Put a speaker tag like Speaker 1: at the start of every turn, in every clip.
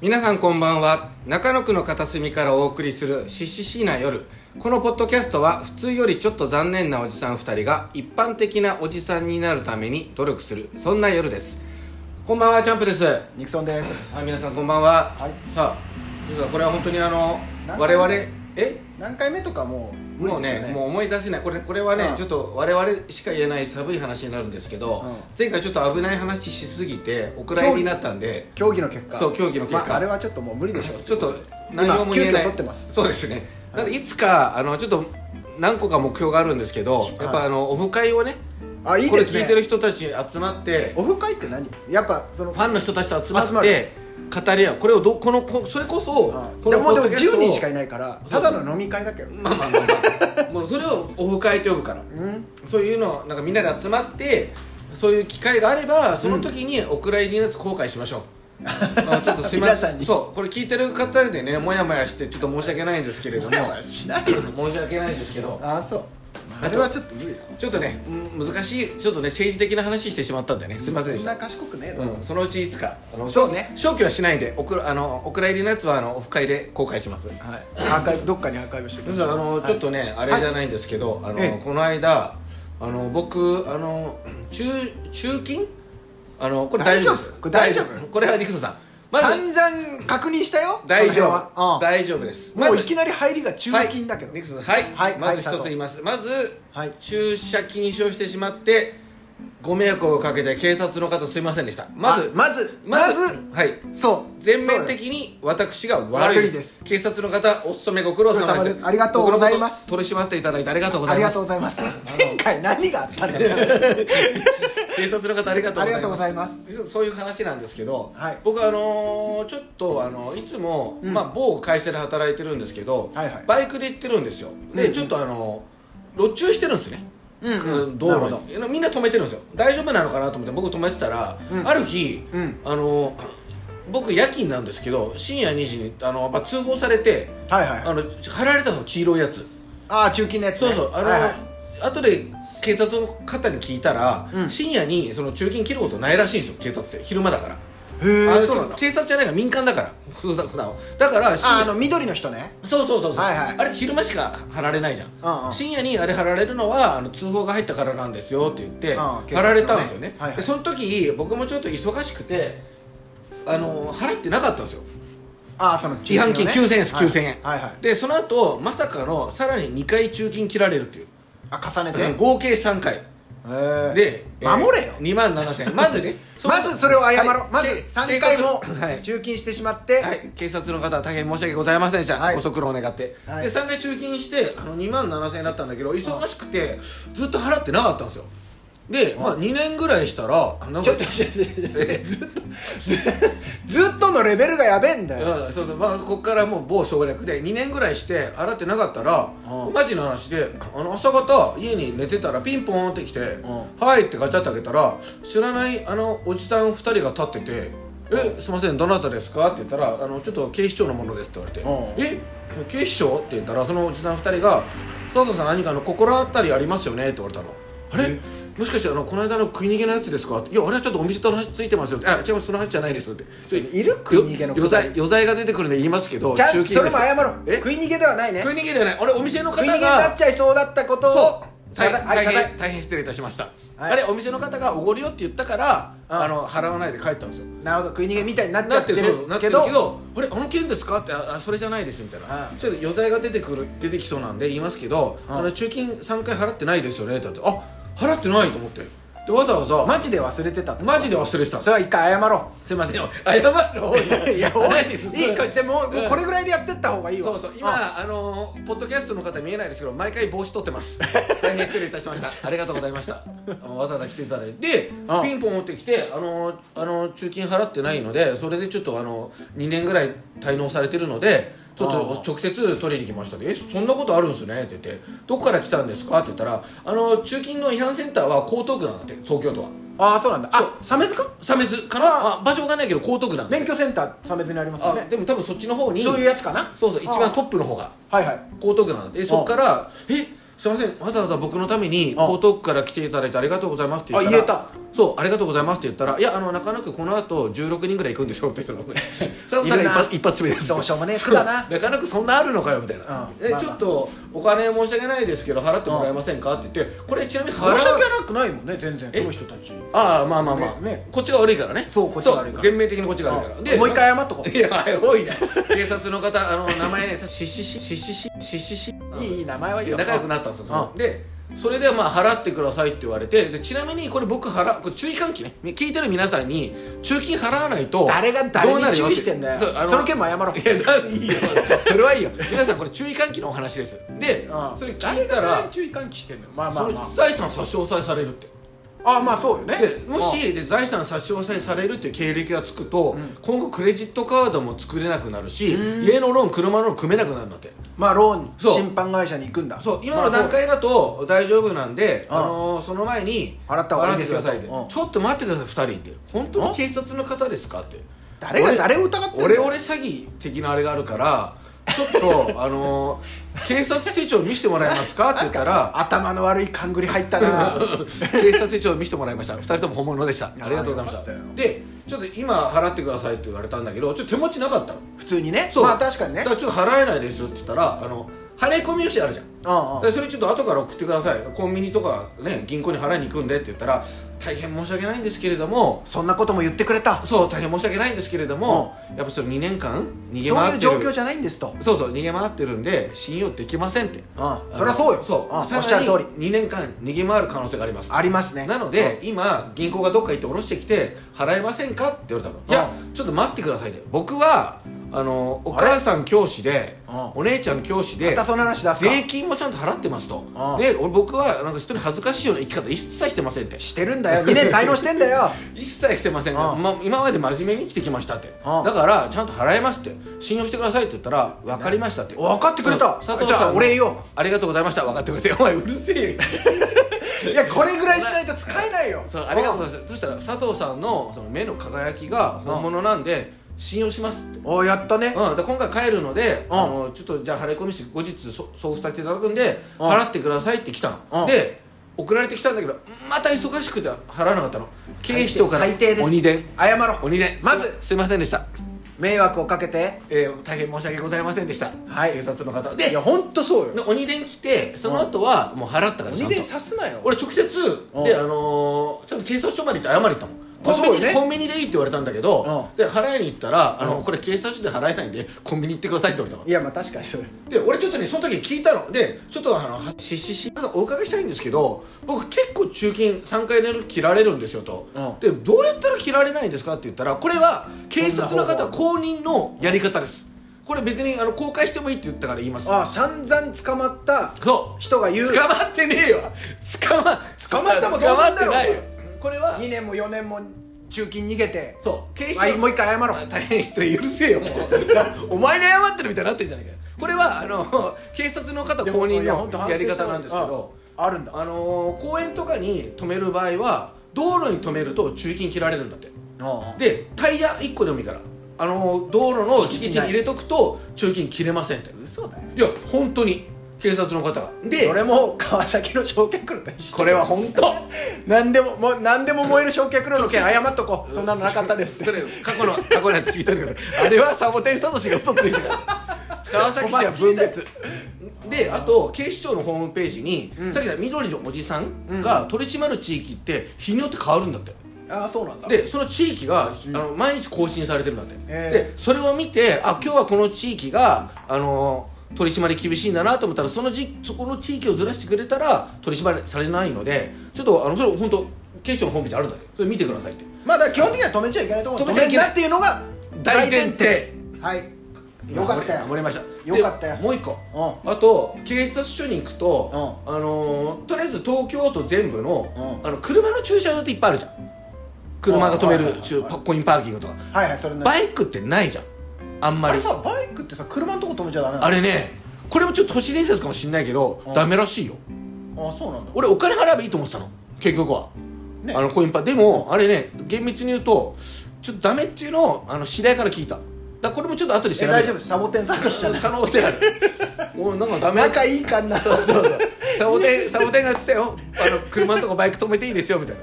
Speaker 1: 皆さんこんばんは中野区の片隅からお送りする「しししな夜」このポッドキャストは普通よりちょっと残念なおじさん2人が一般的なおじさんになるために努力するそんな夜ですこんばんはチャンプですは
Speaker 2: ニクソンです
Speaker 1: い皆さんこんばんは、
Speaker 2: はい
Speaker 1: さあ実はこれは本当にあの
Speaker 2: 何
Speaker 1: 我
Speaker 2: 回目
Speaker 1: 々え
Speaker 2: 何回目とかもう無
Speaker 1: もう
Speaker 2: 理ですよ
Speaker 1: ねもう思い出せないこれこれはね、
Speaker 2: うん
Speaker 1: ちょっと我々しか言えない寒い話になるんですけど、
Speaker 2: うん
Speaker 1: 前回ちょっと危ない話しすぎてお蔵入りになったんで
Speaker 2: 競技の結果
Speaker 1: そう競技の結果
Speaker 2: まあ、あれはちょっともう無理でしょう
Speaker 1: ちょっと内容も言えない
Speaker 2: 今急遽撮ってます
Speaker 1: そうですねなんでいつかあのちょっと何個か目標があるんですけどやっぱあのオフ会をね
Speaker 2: あいい
Speaker 1: これ
Speaker 2: ですね
Speaker 1: 聞いてる人たち集まって
Speaker 2: オフ会って何やっぱその
Speaker 1: ファンの人たちと集ま
Speaker 2: 集
Speaker 1: っ
Speaker 2: ま
Speaker 1: て
Speaker 2: る
Speaker 1: 語り合うこれをどこのこそれこそ
Speaker 2: うん
Speaker 1: こ
Speaker 2: で
Speaker 1: の
Speaker 2: もでも
Speaker 1: ポッドキャスト
Speaker 2: 10
Speaker 1: を
Speaker 2: 人しかいないからただの飲み会だけど
Speaker 1: まあまあまあまあもうそれをオフ会と呼ぶから
Speaker 2: うん
Speaker 1: そういうのをなんかみんなで集まってそういう機会があればその時にお蔵入りのやつ後悔しましょう、あちょっとすいま
Speaker 2: 皆
Speaker 1: せ
Speaker 2: さ
Speaker 1: ん
Speaker 2: んに
Speaker 1: そうこれ聞いてる方でねもやもやしてちょっと申し訳ないんですけれども
Speaker 2: しない
Speaker 1: 申し訳ないんですけど
Speaker 2: あそうあれはちょっと無理だ
Speaker 1: ちょっとねうん難しいちょっとね政治的な話してしまったんでねすいませんでし
Speaker 2: そん
Speaker 1: た
Speaker 2: な賢くねえだろ
Speaker 1: うん、そのうちいつかあの
Speaker 2: そうね
Speaker 1: 消去はしないでおくあのお蔵入りのやつはあのオフ会で後悔します
Speaker 2: はいアーカイブどっかにアーカイブしてくだ
Speaker 1: 実
Speaker 2: さい
Speaker 1: はあの、
Speaker 2: はい
Speaker 1: ちょっとねあれじゃないんですけど、あの
Speaker 2: ええ
Speaker 1: この間あの僕あの中中金あのこれ大丈夫です
Speaker 2: 大丈夫これ大丈夫
Speaker 1: これはリクソンさんまず
Speaker 2: 散々確認したよ
Speaker 1: 大丈
Speaker 2: その辺は
Speaker 1: 夫
Speaker 2: うん
Speaker 1: 大丈夫です
Speaker 2: も
Speaker 1: ま
Speaker 2: う
Speaker 1: ず
Speaker 2: いきなり入りが中金だけど、
Speaker 1: はい、リクソンさんはい、
Speaker 2: はい
Speaker 1: ま
Speaker 2: はい
Speaker 1: ず一
Speaker 2: 佐
Speaker 1: つ
Speaker 2: 藤
Speaker 1: 言いますまず、
Speaker 2: はい
Speaker 1: 駐車禁止をしてしまってご迷惑をかけて警察の方すいませんでしたまず
Speaker 2: あまず
Speaker 1: ま
Speaker 2: ま
Speaker 1: ず
Speaker 2: ず
Speaker 1: はい
Speaker 2: そう
Speaker 1: 全面
Speaker 2: そう
Speaker 1: 的に私が悪いです
Speaker 2: 悪いです
Speaker 1: 警察の方お勤めご苦労様
Speaker 2: ご
Speaker 1: で
Speaker 2: 苦労様
Speaker 1: す
Speaker 2: ですありがとうござい
Speaker 1: 僕の
Speaker 2: ます
Speaker 1: こと取り締まっていただいてありがとうござ
Speaker 2: あ
Speaker 1: い
Speaker 2: り
Speaker 1: ま
Speaker 2: が
Speaker 1: す
Speaker 2: とうござい ます前回何があったん だよ
Speaker 1: 警察の方ありがとうございます
Speaker 2: ありがとうございま
Speaker 1: そういう話なんですけど、
Speaker 2: はい
Speaker 1: 僕あのーちょっとあのいつも、まあ、某会社で働いてるんですけど、
Speaker 2: はいはい
Speaker 1: バイクで行ってるんですよで、ちょっとあのー路中してるんですね、うん道
Speaker 2: なる
Speaker 1: 路にみんな止めてるんですよ大丈夫なのかなと思って僕止めてたら、ある日、
Speaker 2: うん
Speaker 1: あのー僕夜勤なんですけど深夜2時にあの、まあ、通報されて、
Speaker 2: はいはい
Speaker 1: あの貼られたの黄色いやつ
Speaker 2: ああ中金のやつ、
Speaker 1: そ
Speaker 2: ね、
Speaker 1: うそうあの、
Speaker 2: はいはい
Speaker 1: 後で警察の方に聞いたら、深夜にその中金切ることないらしいんですよ警察って昼間だからあ
Speaker 2: へ
Speaker 1: の
Speaker 2: えそうなんだ
Speaker 1: 警察じゃないから民間だから普段普段はだから深
Speaker 2: ああ
Speaker 1: 夜
Speaker 2: の緑の人ね
Speaker 1: そうそうそうそう、
Speaker 2: はいはい
Speaker 1: あれ昼間しか貼られないじゃん、
Speaker 2: うんうん
Speaker 1: 深夜にあれ貼られるのはあの通報が入ったからなんですよって言って、
Speaker 2: ん
Speaker 1: 貼られたんですよね、
Speaker 2: 警察のねはいはい
Speaker 1: でその時僕もちょっと忙しくてあの払ってなかったんですよ
Speaker 2: ああその中
Speaker 1: 違反金
Speaker 2: のね
Speaker 1: 9000円です、
Speaker 2: はい
Speaker 1: 9000円、
Speaker 2: はいはい
Speaker 1: でその後まさかのさらに2回中金切られるっていう
Speaker 2: あ重ねて
Speaker 1: で合計3回
Speaker 2: へえ
Speaker 1: で、
Speaker 2: 守れよ
Speaker 1: 2万7000円ま ずね
Speaker 2: まずそれを謝ろう、
Speaker 1: はい
Speaker 2: まず
Speaker 1: け
Speaker 2: 3回も
Speaker 1: 警察はい
Speaker 2: 中金してしまって、
Speaker 1: はい、警察の方は大変申し訳ございませんでした、
Speaker 2: はい
Speaker 1: ご足労願って、
Speaker 2: はい
Speaker 1: で3回中金してあの2万7000円だったんだけど忙しくてずっと払ってなかったんですよで、まあ、2年ぐらいしたらなんか
Speaker 2: ちょっとず っと ずずっとのレベルがやべえんだよ、
Speaker 1: うん、そうそうまあこっからもう某省略で2年ぐらいして洗ってなかったら
Speaker 2: うん
Speaker 1: マジの話であの朝方家に寝てたらピンポーンって来て「はい」ってガチャって開けたら知らないあのおじさん2人が立ってて「えすいませんどなたですか?」って言ったらあの「ちょっと警視庁の者です」って言われて「え警視庁?」って言ったらそのおじさん2人が「佐藤さん何かあの心当たりありますよね?」って言われたの。あれもしかしてあのこの間の食い逃げのやつですか?」って「いやあれはちょっとお店と話ついてますよ」って「あ違いますその話じゃないです」って
Speaker 2: いる食い逃げの
Speaker 1: 余罪余罪が出てくるんで言いますけど
Speaker 2: じゃあそ
Speaker 1: 中継です
Speaker 2: れも謝ろう
Speaker 1: え
Speaker 2: 食い逃げではないね
Speaker 1: 食い逃げじゃない俺お店の
Speaker 2: 食
Speaker 1: 方
Speaker 2: い逃げになっ
Speaker 1: が
Speaker 2: ちゃいそうだったことを
Speaker 1: そう
Speaker 2: 謝
Speaker 1: 大大
Speaker 2: 罪はい謝罪
Speaker 1: 変大変失礼いたしました、
Speaker 2: はい
Speaker 1: あれお店の方がおごるよって言ったから
Speaker 2: うん
Speaker 1: あの払わないで帰ったんですよ
Speaker 2: なるほど食い逃げみたいになっち
Speaker 1: な
Speaker 2: ゃっ
Speaker 1: ってて
Speaker 2: る
Speaker 1: そうなって
Speaker 2: け
Speaker 1: るけど
Speaker 2: ど
Speaker 1: あれあの件ですかってああそれじゃないですみたいな、
Speaker 2: うん
Speaker 1: ちょっと余罪が出てくる出てきそうなんで言いますけど、あの中金3回払ってないですよねって言われてあ払ってないと思ってでわざわざ、
Speaker 2: マジで忘れてたってこと
Speaker 1: マジで忘れてたんです
Speaker 2: それは一回謝ろう
Speaker 1: すいません謝るの多 い
Speaker 2: いや、おい
Speaker 1: 話進む
Speaker 2: いいか、でも、もうこれぐらいでやってった方がいいわ。
Speaker 1: そうそう今あのーポッドキャストの方見えないですけど毎回帽子取ってます 大変失礼いたしましたありがとうございましたあのわざわざ来ていただいて
Speaker 2: あ
Speaker 1: ピンポン持ってきてあのーあのー中金払ってないのでそれでちょっとあの2年ぐらい滞納されてるのでちょっと直接取りに来ましたで「えそんなことあるんですね」って言って「どこから来たんですか?」って言ったらあのー中金の違反センターは江東区なんだって東京都は
Speaker 2: ああ、そうなんだ。あ、サメズか
Speaker 1: 鮫洲かなあ場所わかんないけど江東区なんだ
Speaker 2: 免許センター、サメズにありますよ
Speaker 1: あ
Speaker 2: ね。
Speaker 1: でも多分そっちの方に
Speaker 2: そういうやつかな
Speaker 1: そうそう一番
Speaker 2: あ
Speaker 1: トップの方が
Speaker 2: はいはい。
Speaker 1: 江東区なんだってえそっから「えすいませんわざわざ僕のために江
Speaker 2: あ
Speaker 1: 東区から来ていただいてありがとうございます」って言ったら
Speaker 2: あ言えた
Speaker 1: そう、ありがとうございますって言ったら、いや、あの、中野区この後16人ぐらい行くんでしょって言った のね。そしたら
Speaker 2: いる
Speaker 1: 一
Speaker 2: な
Speaker 1: 発一発目です。
Speaker 2: どうしようもねえ
Speaker 1: そう
Speaker 2: 区だな
Speaker 1: 中野区そんなあるのかよみたいな。
Speaker 2: うん
Speaker 1: え
Speaker 2: まあまあ
Speaker 1: ちょっと、お金申し訳ないですけど、払ってもらえませんかって言って、これちなみに払う
Speaker 2: 申し訳なくないもんね全然
Speaker 1: え
Speaker 2: この人たち
Speaker 1: ああ、まあまあまあ
Speaker 2: ね。ね
Speaker 1: こっちが悪いからね。
Speaker 2: そうこっちが悪いから
Speaker 1: 全面的にこっちが悪いから。
Speaker 2: あもう一回謝っとこう
Speaker 1: いや、多いな。警察の方、あの、名前ね、ししし、ししし、ししし。
Speaker 2: いいいい名前はいいよ
Speaker 1: 仲良くなったんですよ、その
Speaker 2: う
Speaker 1: でそれでまあ払ってくださいって言われてでちなみにこれ僕払うこれ注意喚起ね聞いてる皆さんに中金払わないと
Speaker 2: 誰が誰
Speaker 1: どうな
Speaker 2: に
Speaker 1: るよっ
Speaker 2: 注意してんだよ
Speaker 1: そうあ
Speaker 2: その件も謝ろう
Speaker 1: いやだいいよそれはいいよ皆さんこれ注意喚起のお話ですで
Speaker 2: うん
Speaker 1: それ聞いた
Speaker 2: 誰
Speaker 1: ら
Speaker 2: に注意喚起してんのよまあまあ
Speaker 1: そ
Speaker 2: ま
Speaker 1: の財産差し押さえされるって
Speaker 2: ああまあそうよね
Speaker 1: でもしで財産差し押さえされるっていう経歴がつくと、今後クレジットカードも作れなくなるし家のローン車のローン組めなくなるんだって
Speaker 2: まあローン
Speaker 1: そう
Speaker 2: 審判会社に行くんだ
Speaker 1: そう今の段階だと大丈夫なんで、
Speaker 2: ああ
Speaker 1: あのーその前に
Speaker 2: 払った方がいいですよ
Speaker 1: 払ってくださいって
Speaker 2: うん
Speaker 1: ちょっと待ってください2人って本当に警察の方ですかって
Speaker 2: 誰が
Speaker 1: 俺
Speaker 2: 誰を疑ってんの
Speaker 1: 俺俺詐欺的なあれがあるからちょっとあのー警察手帳見せてもらえますかって言ったら
Speaker 2: 頭の悪い勘ぐり入ったな
Speaker 1: 警察手帳見せてもらいました2人とも本物でした
Speaker 2: いや
Speaker 1: ありがとうございまし
Speaker 2: よ
Speaker 1: た
Speaker 2: かったよ
Speaker 1: でちょっと今払ってくださいって言われたんだけどちょっと手持ちなかったの
Speaker 2: 普通にね
Speaker 1: そう
Speaker 2: まあ確かにね
Speaker 1: だからちょっと払えないですよって言ったらあの払い込み用紙あるじゃん
Speaker 2: うんうん
Speaker 1: でそれちょっと後から送ってくださいコンビニとかね銀行に払いに行くんでって言ったら大変申し訳ないんですけれども
Speaker 2: そんなことも言ってくれた
Speaker 1: そう大変申し訳ないんですけれども、やっぱその2年間逃げ
Speaker 2: そう
Speaker 1: 回
Speaker 2: い
Speaker 1: っ
Speaker 2: う
Speaker 1: てる
Speaker 2: 状況じゃないんですと
Speaker 1: そうそう逃げ回ってるんで信用できませんって
Speaker 2: あそりゃそうよ
Speaker 1: そう
Speaker 2: あおっし
Speaker 1: さ
Speaker 2: ゃる
Speaker 1: らに
Speaker 2: 通り
Speaker 1: 2年間逃げ回る可能性があります
Speaker 2: ありますね
Speaker 1: なので、今銀行がどっか行って下ろしてきて払えませんかって言われたの、
Speaker 2: ん
Speaker 1: いやちょっと待ってくださいね僕はあのお母さん教師で
Speaker 2: うん
Speaker 1: お姉ちゃん教師
Speaker 2: ま
Speaker 1: で
Speaker 2: たその話出すか
Speaker 1: 税金もちゃんと払ってますと
Speaker 2: うん
Speaker 1: で俺僕はなんか人に恥ずかしいような生き方一切してませんって
Speaker 2: してるんだよ2年滞納してんだよ
Speaker 1: 一切してませんが、
Speaker 2: うん
Speaker 1: ま、今まで真面目に生きてきましたって
Speaker 2: うん
Speaker 1: だからちゃんと払えますって信用してくださいって言ったら分かりましたって
Speaker 2: 分かってくれた
Speaker 1: 佐藤
Speaker 2: じゃ
Speaker 1: さ
Speaker 2: あ
Speaker 1: ん
Speaker 2: 俺言おう
Speaker 1: ありがとうございました分かってくれてお前うるせえよ
Speaker 2: いやこれぐらいしないと使えないよ
Speaker 1: そうありがとうございますそしたら佐藤さんのその目の輝きが本物なんで信用しますって、
Speaker 2: おやったね
Speaker 1: うん、で今回帰るので、
Speaker 2: うん
Speaker 1: あのちょっとじゃあ払い込みして後日そ送付させていただくんで、
Speaker 2: うん
Speaker 1: 払ってくださいって来たの、
Speaker 2: うん
Speaker 1: で送られてきたんだけどまた忙しくて払わなかったの警視庁から
Speaker 2: 最低です
Speaker 1: 鬼伝
Speaker 2: 謝ろう
Speaker 1: 鬼伝
Speaker 2: まず
Speaker 1: すいませんでした、
Speaker 2: 迷惑をかけて
Speaker 1: えー大変申し訳ございませんでした
Speaker 2: はい
Speaker 1: 警察の方
Speaker 2: い
Speaker 1: で
Speaker 2: やほんとそう
Speaker 1: で
Speaker 2: よ
Speaker 1: 鬼伝来てその後はもう払ったからちゃ
Speaker 2: 2
Speaker 1: んと
Speaker 2: 年刺すなよ
Speaker 1: 俺直接
Speaker 2: うん
Speaker 1: であのーちゃんと警察署まで行って謝りに行ったもんコンビ
Speaker 2: そう
Speaker 1: ニ、
Speaker 2: よね
Speaker 1: コンビニでいいって言われたんだけど、
Speaker 2: うん
Speaker 1: で払いに行ったら、あ
Speaker 2: う
Speaker 1: の
Speaker 2: ん
Speaker 1: これ警察署で払えないんでコンビニ行ってくださいって言われたの
Speaker 2: いやまあ確かにそれ
Speaker 1: で俺ちょっとねその時聞いたのでちょっとあのはしししお伺いしたいんですけど僕結構中金3回連続切られるんですよと、
Speaker 2: うん
Speaker 1: でどうやったら切られないんですかって言ったらこれは警察の
Speaker 2: そんな
Speaker 1: 方
Speaker 2: 方
Speaker 1: 公認のやり方ですこれ別にあの公開してもいいって言ったから言います
Speaker 2: ああ散々捕まった
Speaker 1: そう
Speaker 2: 人が言う
Speaker 1: 捕まってねえよ捕ま
Speaker 2: 捕まったも同
Speaker 1: 捕ま
Speaker 2: 然
Speaker 1: っ
Speaker 2: だ
Speaker 1: て
Speaker 2: ろ
Speaker 1: ないよこれは
Speaker 2: 2年も4年も中金逃げて
Speaker 1: そう警視
Speaker 2: あい
Speaker 1: 庁
Speaker 2: もう一回謝ろう
Speaker 1: あ大変失礼許せよもうお前に謝ってるみたいになってんじゃないかよこれはあの警察の方公認
Speaker 2: いや本当
Speaker 1: の
Speaker 2: 反省
Speaker 1: や
Speaker 2: した
Speaker 1: り方なんですけど
Speaker 2: ああるんだ
Speaker 1: あのー公園とかに止める場合は道路に止めると駐禁切られるんだって
Speaker 2: あ
Speaker 1: でタイヤ1個でもいいからあのー道路の敷地に入れとくと駐禁切れませんって
Speaker 2: 嘘だよ
Speaker 1: いや本当に警察の方がで
Speaker 2: 俺も川崎の焼却炉と一緒
Speaker 1: これは本当
Speaker 2: 何でももう何でも燃える焼却炉の件
Speaker 1: そう
Speaker 2: 謝っとこうそんなのなかったですっ
Speaker 1: そ
Speaker 2: て
Speaker 1: れ過去の過去のやつ聞いてるけどあれはサボテンサトシが嘘ついてた川崎市は分別であと警視庁のホームページに、さっき言った緑のおじさんが取り締まる地域って日によって変わるんだって
Speaker 2: ああそうなんだ
Speaker 1: でその地域が、あの毎日更新されてるんだって、
Speaker 2: ええ
Speaker 1: でそれを見てあ今日はこの地域があの取り締まり厳しいんだなと思ったらそのじそこの地域をずらしてくれたら取り締まりされないのでちょっとあのそれ本当警視庁のホームページあるんだってそれ見てくださいって
Speaker 2: まあだから基本的には止めちゃいけないところ
Speaker 1: 止めちゃいけない
Speaker 2: 止めんなっていうのが
Speaker 1: 大前提
Speaker 2: はいよかったよ
Speaker 1: 守りました
Speaker 2: よかったよ
Speaker 1: でもう一個あと警察署に行くと、あのーとりあえず東京都全部の,、
Speaker 2: うん
Speaker 1: あの車の駐車場っていっぱいあるじゃん車が止め
Speaker 2: はいはい
Speaker 1: る
Speaker 2: はい
Speaker 1: 中パコインパーキングとか
Speaker 2: はいはいそれね
Speaker 1: バイクってないじゃんあんま
Speaker 2: あ
Speaker 1: り
Speaker 2: れさバイクってさ車のとこ止めちゃダメなの
Speaker 1: あれねこれもちょっと都市伝説かもしんないけど、
Speaker 2: うん
Speaker 1: ダメらしいよ
Speaker 2: あそうなんだ
Speaker 1: 俺お金払えばいいと思ってたの結局は、
Speaker 2: ね
Speaker 1: あのコインパでもあれね厳密に言うとちょっとダメっていうのをあの知り合いから聞いただからこれもちょっと後で調
Speaker 2: え
Speaker 1: べる
Speaker 2: 大丈夫ですサボテン探しちゃない
Speaker 1: 可能性あるおなんかダメ
Speaker 2: 仲いいかな
Speaker 1: そうそうそうサボテンサボテンが言ってたよあの車のとこバイク止めていいですよみたいな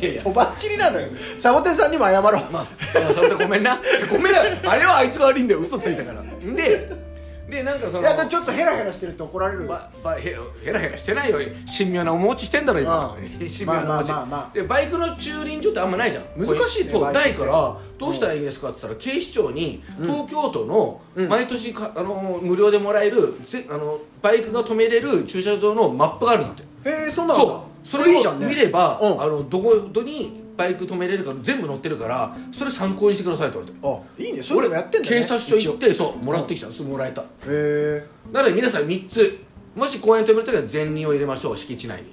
Speaker 1: いやいや
Speaker 2: おばっちりなのよサボテンさんにも謝ろう、
Speaker 1: まあそれでごめんなごめんなあれはあいつが悪いんだよ嘘ついたからででなんかその
Speaker 2: いやでもちょっとヘラヘラしてると怒られるよ
Speaker 1: ばばへへらへらしてないよ神妙なお持ちしてんだろ今
Speaker 2: う
Speaker 1: 神妙
Speaker 2: ん
Speaker 1: なお持ち、
Speaker 2: まあまあまあまあ
Speaker 1: でバイクの駐輪場ってあんまないじゃん
Speaker 2: 難しいね
Speaker 1: こうそう
Speaker 2: バ
Speaker 1: な
Speaker 2: イ
Speaker 1: い
Speaker 2: ク
Speaker 1: か
Speaker 2: って
Speaker 1: らどうしたらいいですかって言ったら警視庁に東京都の毎年か、あの無料でもらえるぜあのバイクが止めれる駐車場のマップがあるんだって
Speaker 2: えー、そんなの
Speaker 1: そうそれ
Speaker 2: いいじゃ
Speaker 1: を
Speaker 2: んね
Speaker 1: 見れば、
Speaker 2: うん
Speaker 1: あのどこどにバイク止めれるか全部載ってるからそれ参考にしてくださいって言われて
Speaker 2: あいいねそういうのもやってんだね
Speaker 1: 俺警察署行っ
Speaker 2: へ
Speaker 1: てそうもらってきた、それもらえた
Speaker 2: え
Speaker 1: なので皆さん3つもし公園止めるときは全人を入れましょう敷地内に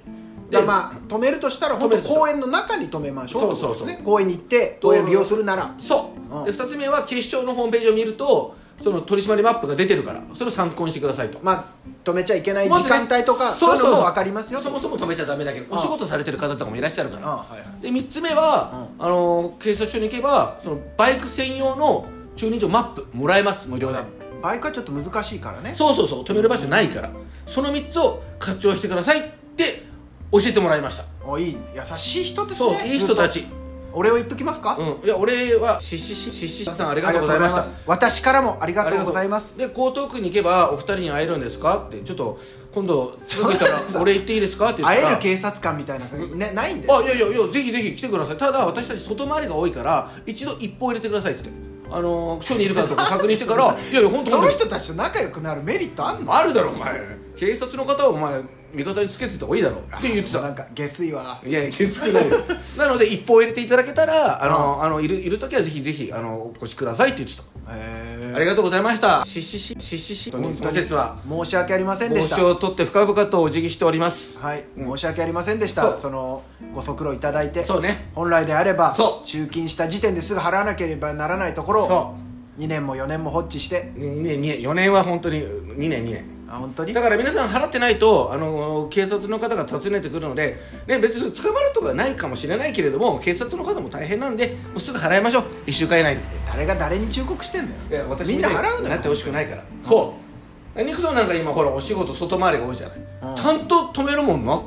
Speaker 2: だからまあ止めるとしたら本
Speaker 1: 止め
Speaker 2: 当
Speaker 1: るとしたら
Speaker 2: 公園の中に止めましょう
Speaker 1: そうそうそう
Speaker 2: ってことですね公園に行って公園利用するなら
Speaker 1: そう、
Speaker 2: うん
Speaker 1: で2つ目は警視庁のホームページを見るとその取り締まりマップが出てるからそれを参考にしてくださいと、
Speaker 2: まあ止めちゃいけない
Speaker 1: まず
Speaker 2: 時
Speaker 1: ね
Speaker 2: 間帯とかそういうのも分かりますよ
Speaker 1: そもそも止めちゃダメだけど
Speaker 2: ん
Speaker 1: お仕事されてる方とかもいらっしゃるから、
Speaker 2: うんはいはい
Speaker 1: で3つ目は、あの警察署に行けばそのバイク専用の駐輪場マップもらえます無料で、
Speaker 2: バイクはちょっと難しいからね
Speaker 1: そうそうそう止める場所ないからその3つを活用してくださいって教えてもらいました
Speaker 2: おいい優しい人です
Speaker 1: そう
Speaker 2: ね
Speaker 1: いい人た
Speaker 2: ずっ
Speaker 1: ち
Speaker 2: とお礼を言っときますか、
Speaker 1: うん、いや俺はしししししさんありがとうございました
Speaker 2: 私からもありが
Speaker 1: あ
Speaker 2: と
Speaker 1: り
Speaker 2: うございます
Speaker 1: で江東区に行けばお二人に会えるんですかってちょっと今度すぐ行ったら俺行っていいですかって言っ
Speaker 2: 会
Speaker 1: た
Speaker 2: え
Speaker 1: ら
Speaker 2: る警察官みたいなねないんで
Speaker 1: あいやいやいやぜひぜひ来てくださいただ私たち外回りが多いから一度一報入れてくださいって言ってあのー署にいるかとか確認してからいやいや本当
Speaker 2: そ
Speaker 1: 本
Speaker 2: の
Speaker 1: 当
Speaker 2: 人たちと仲良くなるメリットあんの
Speaker 1: あるだろお前警察の方はお前味方につけてた方がいいだろって言ってた
Speaker 2: なんか下水はい
Speaker 1: やいや気づけないよなので一報入れていただけたらあのあのいるいる時はぜひぜひあのお越しくださいって言ってた
Speaker 2: え
Speaker 1: ありがとうございました。しししししし。本
Speaker 2: ー、
Speaker 1: 日の説は
Speaker 2: 申し訳ありませんで
Speaker 1: 帽
Speaker 2: した
Speaker 1: 子を取って深々とお辞儀しております。
Speaker 2: はい、申し訳ありませんでし
Speaker 1: そ
Speaker 2: た
Speaker 1: う
Speaker 2: そのご足労いただいて
Speaker 1: そうね
Speaker 2: 本来であれば
Speaker 1: そう
Speaker 2: 中勤した時点ですぐ払わなければならないところを
Speaker 1: そ
Speaker 2: 2年も4年も放置して
Speaker 1: ねねね4年は本当に2年2年。
Speaker 2: あ本当に
Speaker 1: だから皆さん払ってないとあの警察の方が訪ねてくるので、ね、別に捕まるとかないかもしれないけれども警察の方も大変なんでもうすぐ払いましょう1週間以内に
Speaker 2: 誰が誰に忠告してんだよ
Speaker 1: 私
Speaker 2: みんな払うの
Speaker 1: なっ
Speaker 2: よ
Speaker 1: てほしくないからそうニクソンなんか今ほらお仕事外回りが多いじゃない、
Speaker 2: うん
Speaker 1: ちゃんと止めるもんな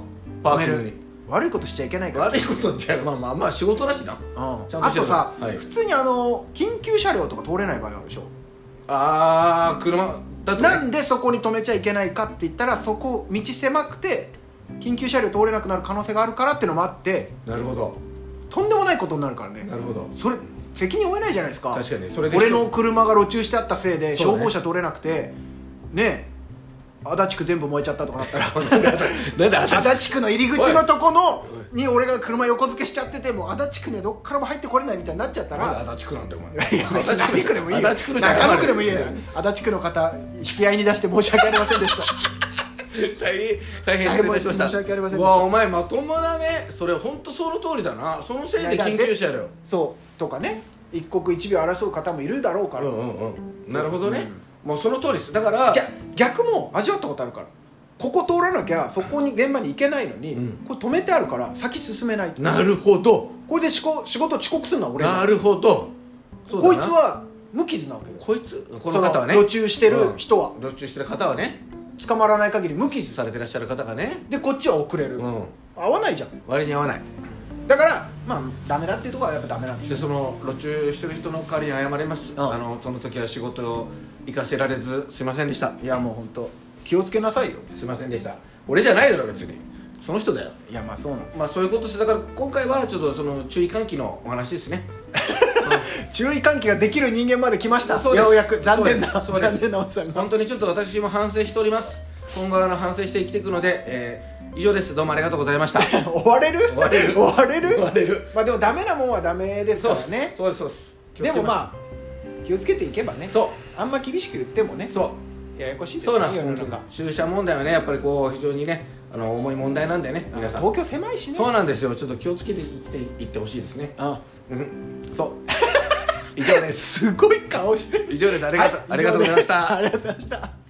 Speaker 1: パーキングに
Speaker 2: 悪いことしちゃいけないから
Speaker 1: 悪いことじゃまあまあまあ仕事だしな
Speaker 2: うん、あ
Speaker 1: ちゃんとして
Speaker 2: と
Speaker 1: る
Speaker 2: さ、
Speaker 1: はい
Speaker 2: 普通にあの緊急車両とか通れない場合あるでしょ
Speaker 1: あー車だとね
Speaker 2: なんでそこに止めちゃいけないかって言ったらそこ道狭くて緊急車両通れなくなる可能性があるからってのもあって
Speaker 1: なるほど
Speaker 2: とんでもないことになるからね
Speaker 1: なるほど
Speaker 2: それ責任負えないじゃないですか
Speaker 1: 確かにそれで
Speaker 2: 俺の車が路駐してあったせいで
Speaker 1: そう
Speaker 2: 消
Speaker 1: ね
Speaker 2: 防車通れなくてねえ足立区全部燃えちゃったとかなったら
Speaker 1: なんで 足
Speaker 2: 足
Speaker 1: 立
Speaker 2: 立区の入り口のとこのに俺が車横付けしちゃっててもう足立区にはどっからも入ってこれないみたいになっちゃったら
Speaker 1: なんで足立区なんだよお前
Speaker 2: いや別に中野区でもいいよ
Speaker 1: 足立区の人
Speaker 2: 中野区でもいいよ足立区の方引き合いに出して申し訳ありませんでした
Speaker 1: 大変大変失礼いたしました
Speaker 2: 申し訳ありません
Speaker 1: う
Speaker 2: でした
Speaker 1: わお前まともだねそれ本当その通りだなそのせいで緊急車両
Speaker 2: そうとかね一刻一秒争う方もいるだろうから、
Speaker 1: うんうんうんなるほどねもうその通りですだから
Speaker 2: じゃあ逆も味わったことあるからここ通らなきゃそこに現場に行けないのに、
Speaker 1: うん
Speaker 2: これ止めてあるから先進めないと
Speaker 1: なるほど
Speaker 2: これで仕事仕事遅刻するのは俺
Speaker 1: なるほどそうだ
Speaker 2: こいつ
Speaker 1: な
Speaker 2: は無傷なわけよ
Speaker 1: こいつこの方はね
Speaker 2: その路駐してる人は
Speaker 1: うん路駐してる方はね
Speaker 2: 捕まらない限り無傷
Speaker 1: されてらっしゃる方がね
Speaker 2: でこっちは遅れる、
Speaker 1: うん
Speaker 2: 合わないじゃん
Speaker 1: 割に合わない
Speaker 2: だからまあダメだっていうところはやっぱダメなんです
Speaker 1: でその路中してる人の代わりに謝ります、
Speaker 2: うん
Speaker 1: あのその時は仕事を行かせられずすいませんでした
Speaker 2: いやもう本当気をつけなさいよ
Speaker 1: すいませんでした俺じゃないだろ別にその人だよ
Speaker 2: いやまあそうなんです
Speaker 1: まあそういうことしてだから今回はちょっとその注意喚起のお話ですね
Speaker 2: 注意喚起ができる人間まで来ました
Speaker 1: そうです
Speaker 2: ようやく残念な
Speaker 1: そうです
Speaker 2: 残念なおっさんが
Speaker 1: 本当にちょっと私も反省しております今後あの反省して生きていくので、えー以上ですどうもありがとうございました
Speaker 2: 追われる
Speaker 1: 追われる
Speaker 2: 追われる
Speaker 1: 追われる
Speaker 2: まあでもダメなもんはダメです
Speaker 1: そう
Speaker 2: か
Speaker 1: で
Speaker 2: ら
Speaker 1: す
Speaker 2: ね
Speaker 1: そうですそうです気を
Speaker 2: で
Speaker 1: つけし
Speaker 2: も
Speaker 1: ょ
Speaker 2: まあ気をつけていけばね
Speaker 1: そう
Speaker 2: あんま厳しく言ってもね
Speaker 1: うそう
Speaker 2: ややこしいですよ
Speaker 1: そうなんです
Speaker 2: 世の中
Speaker 1: 本当に駐車問題はねやっぱりこう非常にねあの重い問題なんでね皆さん
Speaker 2: 東京狭いしね
Speaker 1: そうなんですよちょっと気をつけて生きていってほしいですね
Speaker 2: あ
Speaker 1: うんそう以上です
Speaker 2: すごい顔してる
Speaker 1: 以上ですありがとう、ありがとうございました
Speaker 2: ありがとうございました